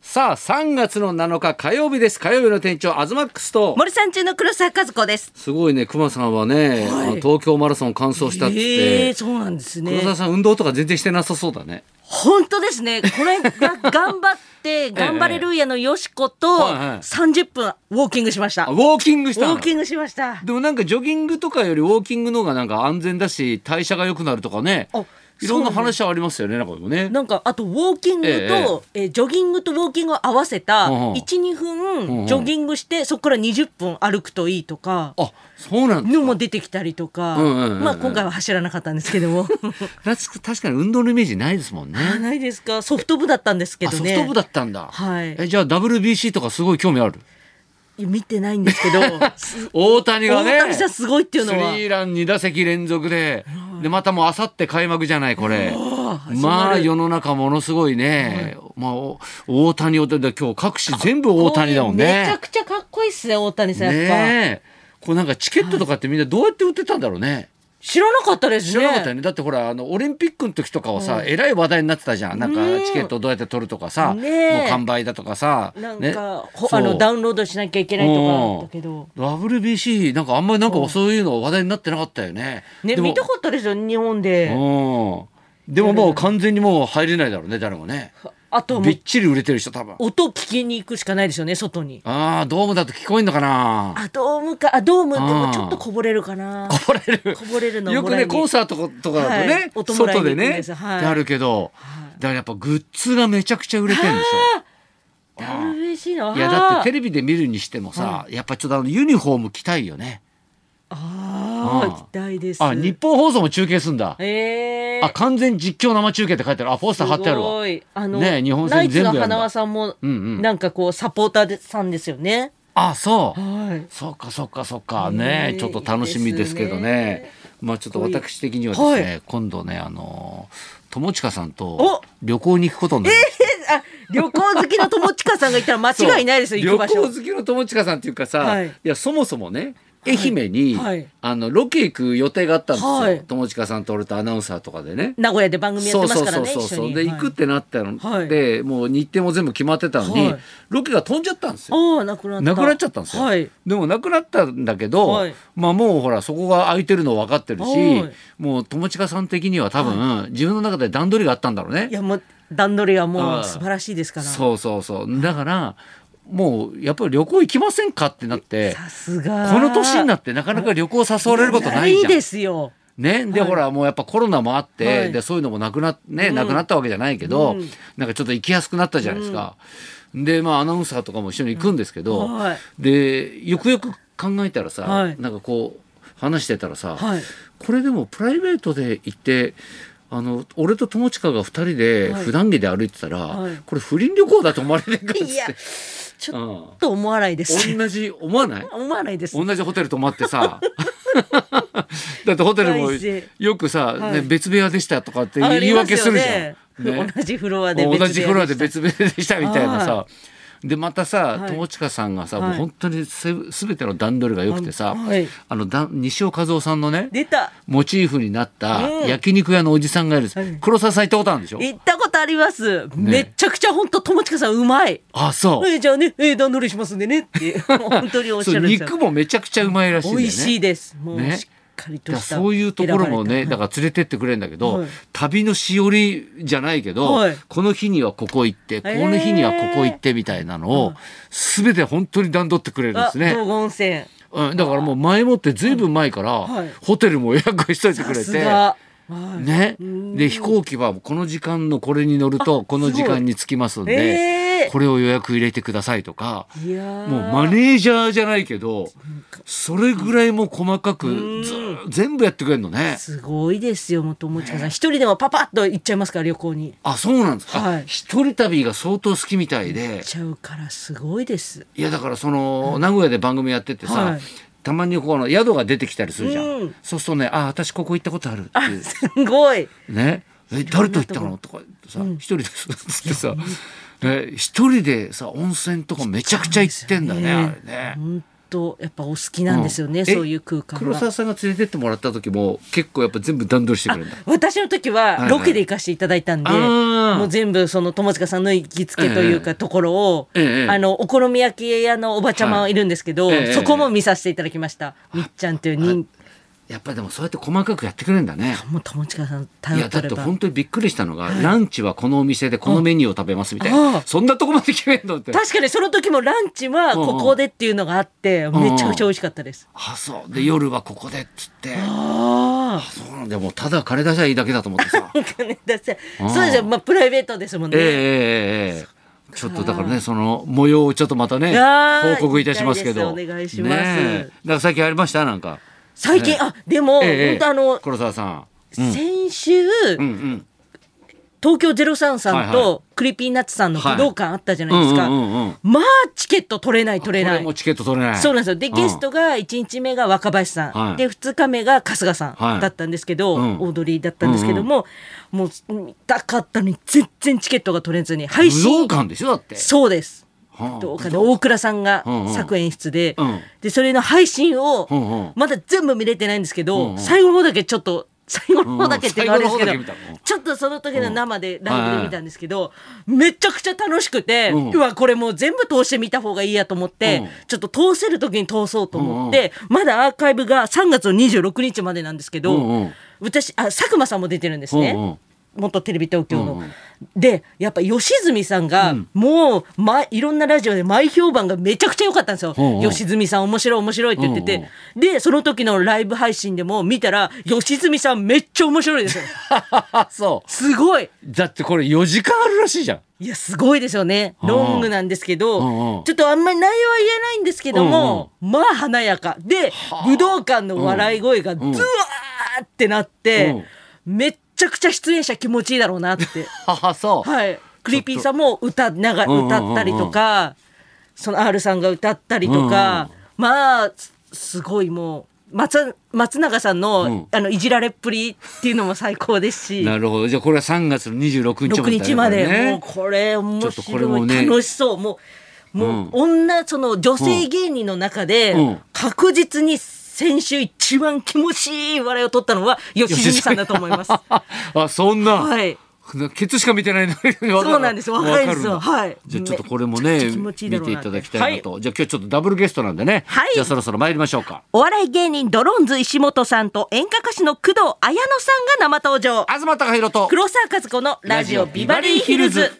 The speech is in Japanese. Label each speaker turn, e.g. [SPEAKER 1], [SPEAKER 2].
[SPEAKER 1] さあ3月の7日火曜日です火曜日の店長アズマックスと
[SPEAKER 2] 森さん中の黒沢和子です。
[SPEAKER 1] すごいね熊さんはね、
[SPEAKER 2] はい
[SPEAKER 1] あの東京マラソン完走したっつって、
[SPEAKER 2] ええそうなんです
[SPEAKER 1] 黒
[SPEAKER 2] ね
[SPEAKER 1] 沢。さん運動とか全然してなさそうだね
[SPEAKER 2] 本当ですね。こ れが頑張って、頑張れるやのよしこと
[SPEAKER 1] はいはい、
[SPEAKER 2] 三十分ウォーキングしました。
[SPEAKER 1] あ
[SPEAKER 2] ウ
[SPEAKER 1] ウ
[SPEAKER 2] ォ
[SPEAKER 1] ォーキングしたの
[SPEAKER 2] ーキングしました。
[SPEAKER 1] でもなんかジョギングとかよりウォーキングの方がなんか安全だし代謝が良くなるとかね
[SPEAKER 2] あ
[SPEAKER 1] いろんな話はありますよねなんかでもね
[SPEAKER 2] なんかあとウォーキングと、えージョギングとウォーキングを合わせた
[SPEAKER 1] うんうんう
[SPEAKER 2] 12
[SPEAKER 1] ん
[SPEAKER 2] 分ジョギングしてそこから20分歩くといいとか
[SPEAKER 1] あそうなんだ
[SPEAKER 2] のも出てきたりとか
[SPEAKER 1] うんうんうんうん
[SPEAKER 2] まあ今回は走らなかったんですけど も
[SPEAKER 1] 確か確かに運動のイメージないですもんね
[SPEAKER 2] あないですかソフト部だったんですけ
[SPEAKER 1] あ
[SPEAKER 2] ど
[SPEAKER 1] ソ
[SPEAKER 2] ね
[SPEAKER 1] フト部だったんだ、
[SPEAKER 2] はい
[SPEAKER 1] えじゃあ WBC とかすごい興味ある
[SPEAKER 2] いや見てないんです けど
[SPEAKER 1] 大谷がね
[SPEAKER 2] 大谷さんすごいっていうのは
[SPEAKER 1] スリーラン2打席連続で、でまたもうあさって開幕じゃないこれ
[SPEAKER 2] 始まる
[SPEAKER 1] まあ世の中ものすごいね、まあお大谷を今日各紙全部大谷だもん
[SPEAKER 2] めちゃ
[SPEAKER 1] ね
[SPEAKER 2] くちゃかっこいいっすね大谷さんやっぱ、
[SPEAKER 1] ねえこうなんかチケットとかってみんなどうやって売ってたんだろうね
[SPEAKER 2] 知らなかったですね
[SPEAKER 1] 知らなかったよねだってほらあのオリンピックの時とかはさ、えらい話題になってたじゃんなんか
[SPEAKER 2] うん
[SPEAKER 1] チケットどうやって取るとかさ、
[SPEAKER 2] ねえ
[SPEAKER 1] もう完売だとかさ
[SPEAKER 2] なん
[SPEAKER 1] ね
[SPEAKER 2] か、ほ
[SPEAKER 1] そう
[SPEAKER 2] あのダウンロードしなきゃいけないとかあったけど
[SPEAKER 1] うん WBC なんかあんまりなんかそういうの話題になってなかったよね。
[SPEAKER 2] ね
[SPEAKER 1] でも
[SPEAKER 2] 見たかったですよ日本で
[SPEAKER 1] うん。でももう完全にもう入れないだろうね誰もね。
[SPEAKER 2] あとはも
[SPEAKER 1] び
[SPEAKER 2] う
[SPEAKER 1] っちり売れてる人多分。
[SPEAKER 2] 音聞きに行くしかないですよね外に
[SPEAKER 1] ああドームだと聞こえんのかな。
[SPEAKER 2] あドームかあドームで
[SPEAKER 1] あー
[SPEAKER 2] もちょっとこぼれるかな
[SPEAKER 1] これる。
[SPEAKER 2] こぼれるの
[SPEAKER 1] よ
[SPEAKER 2] も
[SPEAKER 1] く
[SPEAKER 2] らい
[SPEAKER 1] ね
[SPEAKER 2] に
[SPEAKER 1] コンサートとかだと
[SPEAKER 2] は
[SPEAKER 1] ね
[SPEAKER 2] いお供らい
[SPEAKER 1] 外
[SPEAKER 2] に行く
[SPEAKER 1] で
[SPEAKER 2] んで
[SPEAKER 1] ね
[SPEAKER 2] すはい
[SPEAKER 1] ってあるけど、だからやっぱグッズがめちゃくちゃ売れてるんでしょ。
[SPEAKER 2] WBC の
[SPEAKER 1] いやだってテ
[SPEAKER 2] レ
[SPEAKER 1] レビで見るにしてもさ、やっぱちょっとあのユニフォーム着たいよね。
[SPEAKER 2] あーあー行きたいです
[SPEAKER 1] あ日本放送も中継すんだ。
[SPEAKER 2] ええ
[SPEAKER 1] あ完全実況生中継って書いてある。あポスター貼ってあるわ。
[SPEAKER 2] いあの、
[SPEAKER 1] ねえ日本戦
[SPEAKER 2] ナイツ
[SPEAKER 1] 全
[SPEAKER 2] の
[SPEAKER 1] 部やんだ
[SPEAKER 2] 花輪さんも、
[SPEAKER 1] うんうん
[SPEAKER 2] なんかこうサポーターでさんですよね。
[SPEAKER 1] あそう。
[SPEAKER 2] はい。
[SPEAKER 1] そっかそっかそっか
[SPEAKER 2] ね
[SPEAKER 1] ね
[SPEAKER 2] え
[SPEAKER 1] ちょっと楽しみですけどね
[SPEAKER 2] いいですね
[SPEAKER 1] まあちょっと
[SPEAKER 2] かっこいい
[SPEAKER 1] 私的にはですね、
[SPEAKER 2] は
[SPEAKER 1] 今度ねあの友近さんと旅行に行くことになりまし
[SPEAKER 2] あ、旅行好きの友近さんがいたら間
[SPEAKER 1] た
[SPEAKER 2] 違いないです
[SPEAKER 1] そ
[SPEAKER 2] よ。
[SPEAKER 1] う
[SPEAKER 2] 行く場
[SPEAKER 1] 旅
[SPEAKER 2] 所
[SPEAKER 1] 行。好きの友近さんっていうかさ、、
[SPEAKER 2] はいい
[SPEAKER 1] やそもそもね愛媛に、
[SPEAKER 2] はいはい
[SPEAKER 1] あのロケ行く予定があったんですよ、
[SPEAKER 2] はい
[SPEAKER 1] 友近さんと俺とアナウンサーとかでね。
[SPEAKER 2] 名古屋で番組やってますからね。
[SPEAKER 1] そうそうそうそう
[SPEAKER 2] 一緒に
[SPEAKER 1] で行くっ。てなったの
[SPEAKER 2] はい
[SPEAKER 1] で、もう日程も全部決まってたのに、
[SPEAKER 2] はい
[SPEAKER 1] ロケが飛んじゃったんですよ。
[SPEAKER 2] はいああ、なくなった。
[SPEAKER 1] なくなっちゃったんですよ、
[SPEAKER 2] はい。
[SPEAKER 1] でもなくなったんだけど、
[SPEAKER 2] はい
[SPEAKER 1] まあもうほらそこが空いてるの分かってるし、
[SPEAKER 2] はい
[SPEAKER 1] もう友近さん的には多分、自分の中で段取りがあったんだろう
[SPEAKER 2] い
[SPEAKER 1] ね
[SPEAKER 2] や、もう段取りはも
[SPEAKER 1] あー
[SPEAKER 2] う素晴らしいですから。
[SPEAKER 1] そうそうそうだからもうやっぱり旅行行きませんかってなって
[SPEAKER 2] さすが。
[SPEAKER 1] この年になってなかなか旅行誘われることないじゃん。
[SPEAKER 2] ですよ。
[SPEAKER 1] ね、で、ほらもうやっぱコロナもあって、
[SPEAKER 2] はい
[SPEAKER 1] でそういうのもなくな,、ねなくなったわけじゃないけど、
[SPEAKER 2] うん
[SPEAKER 1] なんかちょっと行きやすくなったじゃないですか、でまあアナウンサーとかも一緒に行くんですけど、
[SPEAKER 2] うんはい
[SPEAKER 1] でよくよく考えたらさ、
[SPEAKER 2] はい
[SPEAKER 1] なんかこう話してたらさ、
[SPEAKER 2] はい
[SPEAKER 1] これでもプライベートで行ってあの俺と友近が2人で
[SPEAKER 2] はい
[SPEAKER 1] 普段着で歩いてたら、
[SPEAKER 2] はい
[SPEAKER 1] これ不倫旅行だと思われて くるっ
[SPEAKER 2] いや
[SPEAKER 1] つって、
[SPEAKER 2] ち
[SPEAKER 1] う
[SPEAKER 2] ょっ
[SPEAKER 1] ん、
[SPEAKER 2] と思わないです。
[SPEAKER 1] 同じ思わない
[SPEAKER 2] 思わないです。
[SPEAKER 1] 同じホテル泊まって さだってホテルも
[SPEAKER 2] 大事
[SPEAKER 1] よくさ、
[SPEAKER 2] はい
[SPEAKER 1] ね、別部屋でしたとかって
[SPEAKER 2] あ
[SPEAKER 1] 言い訳するじ
[SPEAKER 2] あります
[SPEAKER 1] ゃん。
[SPEAKER 2] よね
[SPEAKER 1] ね
[SPEAKER 2] 同じフロアで別
[SPEAKER 1] 同じ
[SPEAKER 2] 部屋でした
[SPEAKER 1] フロアで別部屋でしたみたいなさ
[SPEAKER 2] は
[SPEAKER 1] でまたさ、
[SPEAKER 2] はい
[SPEAKER 1] 友近さんがさ、
[SPEAKER 2] はい
[SPEAKER 1] もう本当にせ全ての段取りが良くてさ、
[SPEAKER 2] はい
[SPEAKER 1] あのだ西尾和夫さんのね
[SPEAKER 2] 出た。
[SPEAKER 1] モチーフになった
[SPEAKER 2] うん
[SPEAKER 1] 焼肉屋のおじさんがいるんです、
[SPEAKER 2] はい
[SPEAKER 1] 黒沢さん行ったことあるんでしょ
[SPEAKER 2] 行ったことあります。めちゃくちゃ本当友近さんうまい。
[SPEAKER 1] あそう,、
[SPEAKER 2] えーじゃあね、えー段取りしますんでね って、本当におっし
[SPEAKER 1] そ
[SPEAKER 2] ゃ
[SPEAKER 1] う
[SPEAKER 2] るんですよ。
[SPEAKER 1] 肉もめちゃくちゃうまいらしいん
[SPEAKER 2] 美
[SPEAKER 1] だよね。
[SPEAKER 2] 味しいです。もう
[SPEAKER 1] ね
[SPEAKER 2] しっかりと
[SPEAKER 1] だから
[SPEAKER 2] した。
[SPEAKER 1] そういうところもね
[SPEAKER 2] 選ばれ
[SPEAKER 1] だ
[SPEAKER 2] た
[SPEAKER 1] から連れてってくれるんだけど、
[SPEAKER 2] はい
[SPEAKER 1] 旅のしおりじゃないけど、
[SPEAKER 2] はい
[SPEAKER 1] この日にはここ行ってこ
[SPEAKER 2] ー
[SPEAKER 1] の日にはここ行ってみたいなのを、全て本当に段取ってくれるんです
[SPEAKER 2] あ
[SPEAKER 1] ね、
[SPEAKER 2] 道後温泉。
[SPEAKER 1] うん、だからもう前もってずいぶん前から、
[SPEAKER 2] はいはい
[SPEAKER 1] ホテルも予約しといてくれ
[SPEAKER 2] さす
[SPEAKER 1] て。
[SPEAKER 2] が。はい
[SPEAKER 1] ね、
[SPEAKER 2] ん
[SPEAKER 1] で飛行機はこの時間のこれに乗るとこの時間に着きますんで、
[SPEAKER 2] ええ
[SPEAKER 1] これを予約入れてくださいとか
[SPEAKER 2] いやー
[SPEAKER 1] もうマネージャーじゃないけどそれぐらいもう細かくず全部やってくれるのね。
[SPEAKER 2] すごいですよ、もう友近さん。一人でもパパッと行っちゃいますから、旅行に。
[SPEAKER 1] あそうなんですか、
[SPEAKER 2] はい
[SPEAKER 1] 一人旅が相当好きみたいで
[SPEAKER 2] 行っちゃうから、すごいです。
[SPEAKER 1] いやだからその、名古屋で番組やっててさ、
[SPEAKER 2] はい
[SPEAKER 1] たまにこの宿が出てきたりするじゃん、
[SPEAKER 2] うん
[SPEAKER 1] そうするとね「あ私ここ行ったことある」って
[SPEAKER 2] あ
[SPEAKER 1] いう、
[SPEAKER 2] すごい。
[SPEAKER 1] ね「え誰と行ったの?」とか言ってさ「一人です」つってさ、ね、一人でさ温泉とかめちゃくちゃ行ってんだね
[SPEAKER 2] ね
[SPEAKER 1] あれね。
[SPEAKER 2] 本とやっぱお好きなんですよね、
[SPEAKER 1] うんえ
[SPEAKER 2] そういう空間
[SPEAKER 1] 黒
[SPEAKER 2] が
[SPEAKER 1] 沢さんが連れてってもらった時も結構やっぱ全部段取りしてくれるんだ
[SPEAKER 2] 私の時
[SPEAKER 1] いは
[SPEAKER 2] はいロケで行かせていただいたんで、
[SPEAKER 1] あー
[SPEAKER 2] もう全部その友近さんの行きつけという
[SPEAKER 1] え
[SPEAKER 2] かところを、
[SPEAKER 1] ええ
[SPEAKER 2] あのお好み焼き屋のおばちゃまいるんですけど、
[SPEAKER 1] はいええ
[SPEAKER 2] そこも見させていただきました、みっちゃんという人
[SPEAKER 1] やっぱでもそうやって細かくやってくれるんだね
[SPEAKER 2] もう友近さん
[SPEAKER 1] い
[SPEAKER 2] 頼
[SPEAKER 1] や
[SPEAKER 2] っ
[SPEAKER 1] だ
[SPEAKER 2] と
[SPEAKER 1] っ
[SPEAKER 2] れ
[SPEAKER 1] て
[SPEAKER 2] ば
[SPEAKER 1] 本当にびっくりしたのが、ランチはこのお店でこのメニューを食べますみたい
[SPEAKER 2] あ
[SPEAKER 1] な
[SPEAKER 2] あ
[SPEAKER 1] そんなとこまで決めんのって
[SPEAKER 2] 確かにその時もランチはここでっていうのがあって
[SPEAKER 1] んうん
[SPEAKER 2] めちゃくちゃ美味しかったです
[SPEAKER 1] あそうで夜はここでっつって
[SPEAKER 2] ああ
[SPEAKER 1] そうなんだよもうただ金出しゃいいだけだと思って さ
[SPEAKER 2] お金出せ
[SPEAKER 1] うん
[SPEAKER 2] そうですよまあプライベートですもん
[SPEAKER 1] えええ
[SPEAKER 2] ね
[SPEAKER 1] えええちょっとだからねその模様をちょっとまたね
[SPEAKER 2] あー
[SPEAKER 1] 報告いたしますけど
[SPEAKER 2] 行きたいですお願いします
[SPEAKER 1] えなんか最近ありましたなんか
[SPEAKER 2] 最近あでも本当あの
[SPEAKER 1] 黒沢さん、うん、
[SPEAKER 2] 先週
[SPEAKER 1] うんうん
[SPEAKER 2] 東京03さん
[SPEAKER 1] はいは
[SPEAKER 2] とクリーピーナッツさんの武道館あったじゃないですか
[SPEAKER 1] うんうんうんうん
[SPEAKER 2] まあチケット取れない取れ
[SPEAKER 1] こ
[SPEAKER 2] な
[SPEAKER 1] れも
[SPEAKER 2] い
[SPEAKER 1] チケット取れない
[SPEAKER 2] そうなんですよでゲストが1日目が若林
[SPEAKER 1] は
[SPEAKER 2] さ
[SPEAKER 1] い
[SPEAKER 2] んで2日目が春日さ
[SPEAKER 1] は
[SPEAKER 2] ん
[SPEAKER 1] い
[SPEAKER 2] だったんですけどオ
[SPEAKER 1] うん
[SPEAKER 2] ードリーだったんですけどももう見たかったのに全然チケットが取れずに配
[SPEAKER 1] 武道
[SPEAKER 2] 信
[SPEAKER 1] 館でしょだって
[SPEAKER 2] そうです
[SPEAKER 1] はあ
[SPEAKER 2] どうかで大倉さんが
[SPEAKER 1] うんうん
[SPEAKER 2] 作演出で、
[SPEAKER 1] うん
[SPEAKER 2] でそれの配信を
[SPEAKER 1] うんうん
[SPEAKER 2] まだ全部見れてないんですけ
[SPEAKER 1] う
[SPEAKER 2] ど、
[SPEAKER 1] んうん
[SPEAKER 2] 最後の方だけちょっと最後の方だけっていうのはあれですけど、
[SPEAKER 1] うんうん最後の方だけ見たの
[SPEAKER 2] ちょっとその時の生で、
[SPEAKER 1] ん
[SPEAKER 2] ライブで見たんですけど、めちゃくちゃ楽しくて、
[SPEAKER 1] うん
[SPEAKER 2] うわこれもう全部通して見た方がいいやと思って、
[SPEAKER 1] うん
[SPEAKER 2] ちょっと通せる時に通そうと思って、まだアーカイブが3月の26日までなんですけど、
[SPEAKER 1] うんうん
[SPEAKER 2] 私あ佐久間さんも出てるんですね。
[SPEAKER 1] うんうん
[SPEAKER 2] 元テレビ東京の、
[SPEAKER 1] うんうん
[SPEAKER 2] でやっぱ吉住さんが、もう、ま、いろんなラジオで前評判がめちゃくちゃ良かったんですよ、
[SPEAKER 1] うんうん
[SPEAKER 2] 吉住さん面白い面白いって言ってて、
[SPEAKER 1] うん
[SPEAKER 2] でその時のライブ配信でも見たら吉住さんめっちゃ面白いで すよ
[SPEAKER 1] あそ
[SPEAKER 2] すごいう
[SPEAKER 1] だってこれ4時間あるらしいじゃん
[SPEAKER 2] いやすごいですよね
[SPEAKER 1] うん
[SPEAKER 2] ロングなんですけ
[SPEAKER 1] うんう
[SPEAKER 2] ど
[SPEAKER 1] ん
[SPEAKER 2] ちょっとあんまり内容は言えないんですけどもまあ華やかで武道館の笑い声がズワーってなってめっちゃくちゃ出演者気持ちいいだろうなって。
[SPEAKER 1] あそう
[SPEAKER 2] はい、クリーピーさんも歌なが
[SPEAKER 1] うんうんうんうん
[SPEAKER 2] 歌ったりとか、その R さんが歌ったりとか、まあすすごいもう松松永さんの,、
[SPEAKER 1] うん
[SPEAKER 2] あのいじられっぷりっていうのも最高ですし
[SPEAKER 1] なるほどじゃあこれは3月の26日まで、
[SPEAKER 2] 6
[SPEAKER 1] ね、
[SPEAKER 2] 日まで、もうこれ面
[SPEAKER 1] ちょっ
[SPEAKER 2] 白い
[SPEAKER 1] とこれもね
[SPEAKER 2] 楽しそうもうもう、女その女性芸人の中で、
[SPEAKER 1] うん
[SPEAKER 2] 確実に先週一番気持ちいい笑いを取ったのは吉住さんだと思 います。
[SPEAKER 1] あそんな、
[SPEAKER 2] はい
[SPEAKER 1] ケツしか見てないのに
[SPEAKER 2] そうなんです若いですよ
[SPEAKER 1] わかるんだ
[SPEAKER 2] はい
[SPEAKER 1] じゃあちょっとこれもね
[SPEAKER 2] めっちゃ気持ちいいだ
[SPEAKER 1] 見
[SPEAKER 2] ろ
[SPEAKER 1] て
[SPEAKER 2] う
[SPEAKER 1] い
[SPEAKER 2] なって
[SPEAKER 1] ただきたいなと、じゃあ今日ちょっとダブルゲストなんでね、
[SPEAKER 2] はい
[SPEAKER 1] じゃあそろそろ参りましょうか
[SPEAKER 2] お笑い芸人ドローンズ石本さんと演歌歌手の工藤綾乃さんが生登場
[SPEAKER 1] 東貴博と
[SPEAKER 2] 黒沢和子のラジオビバリーヒルズ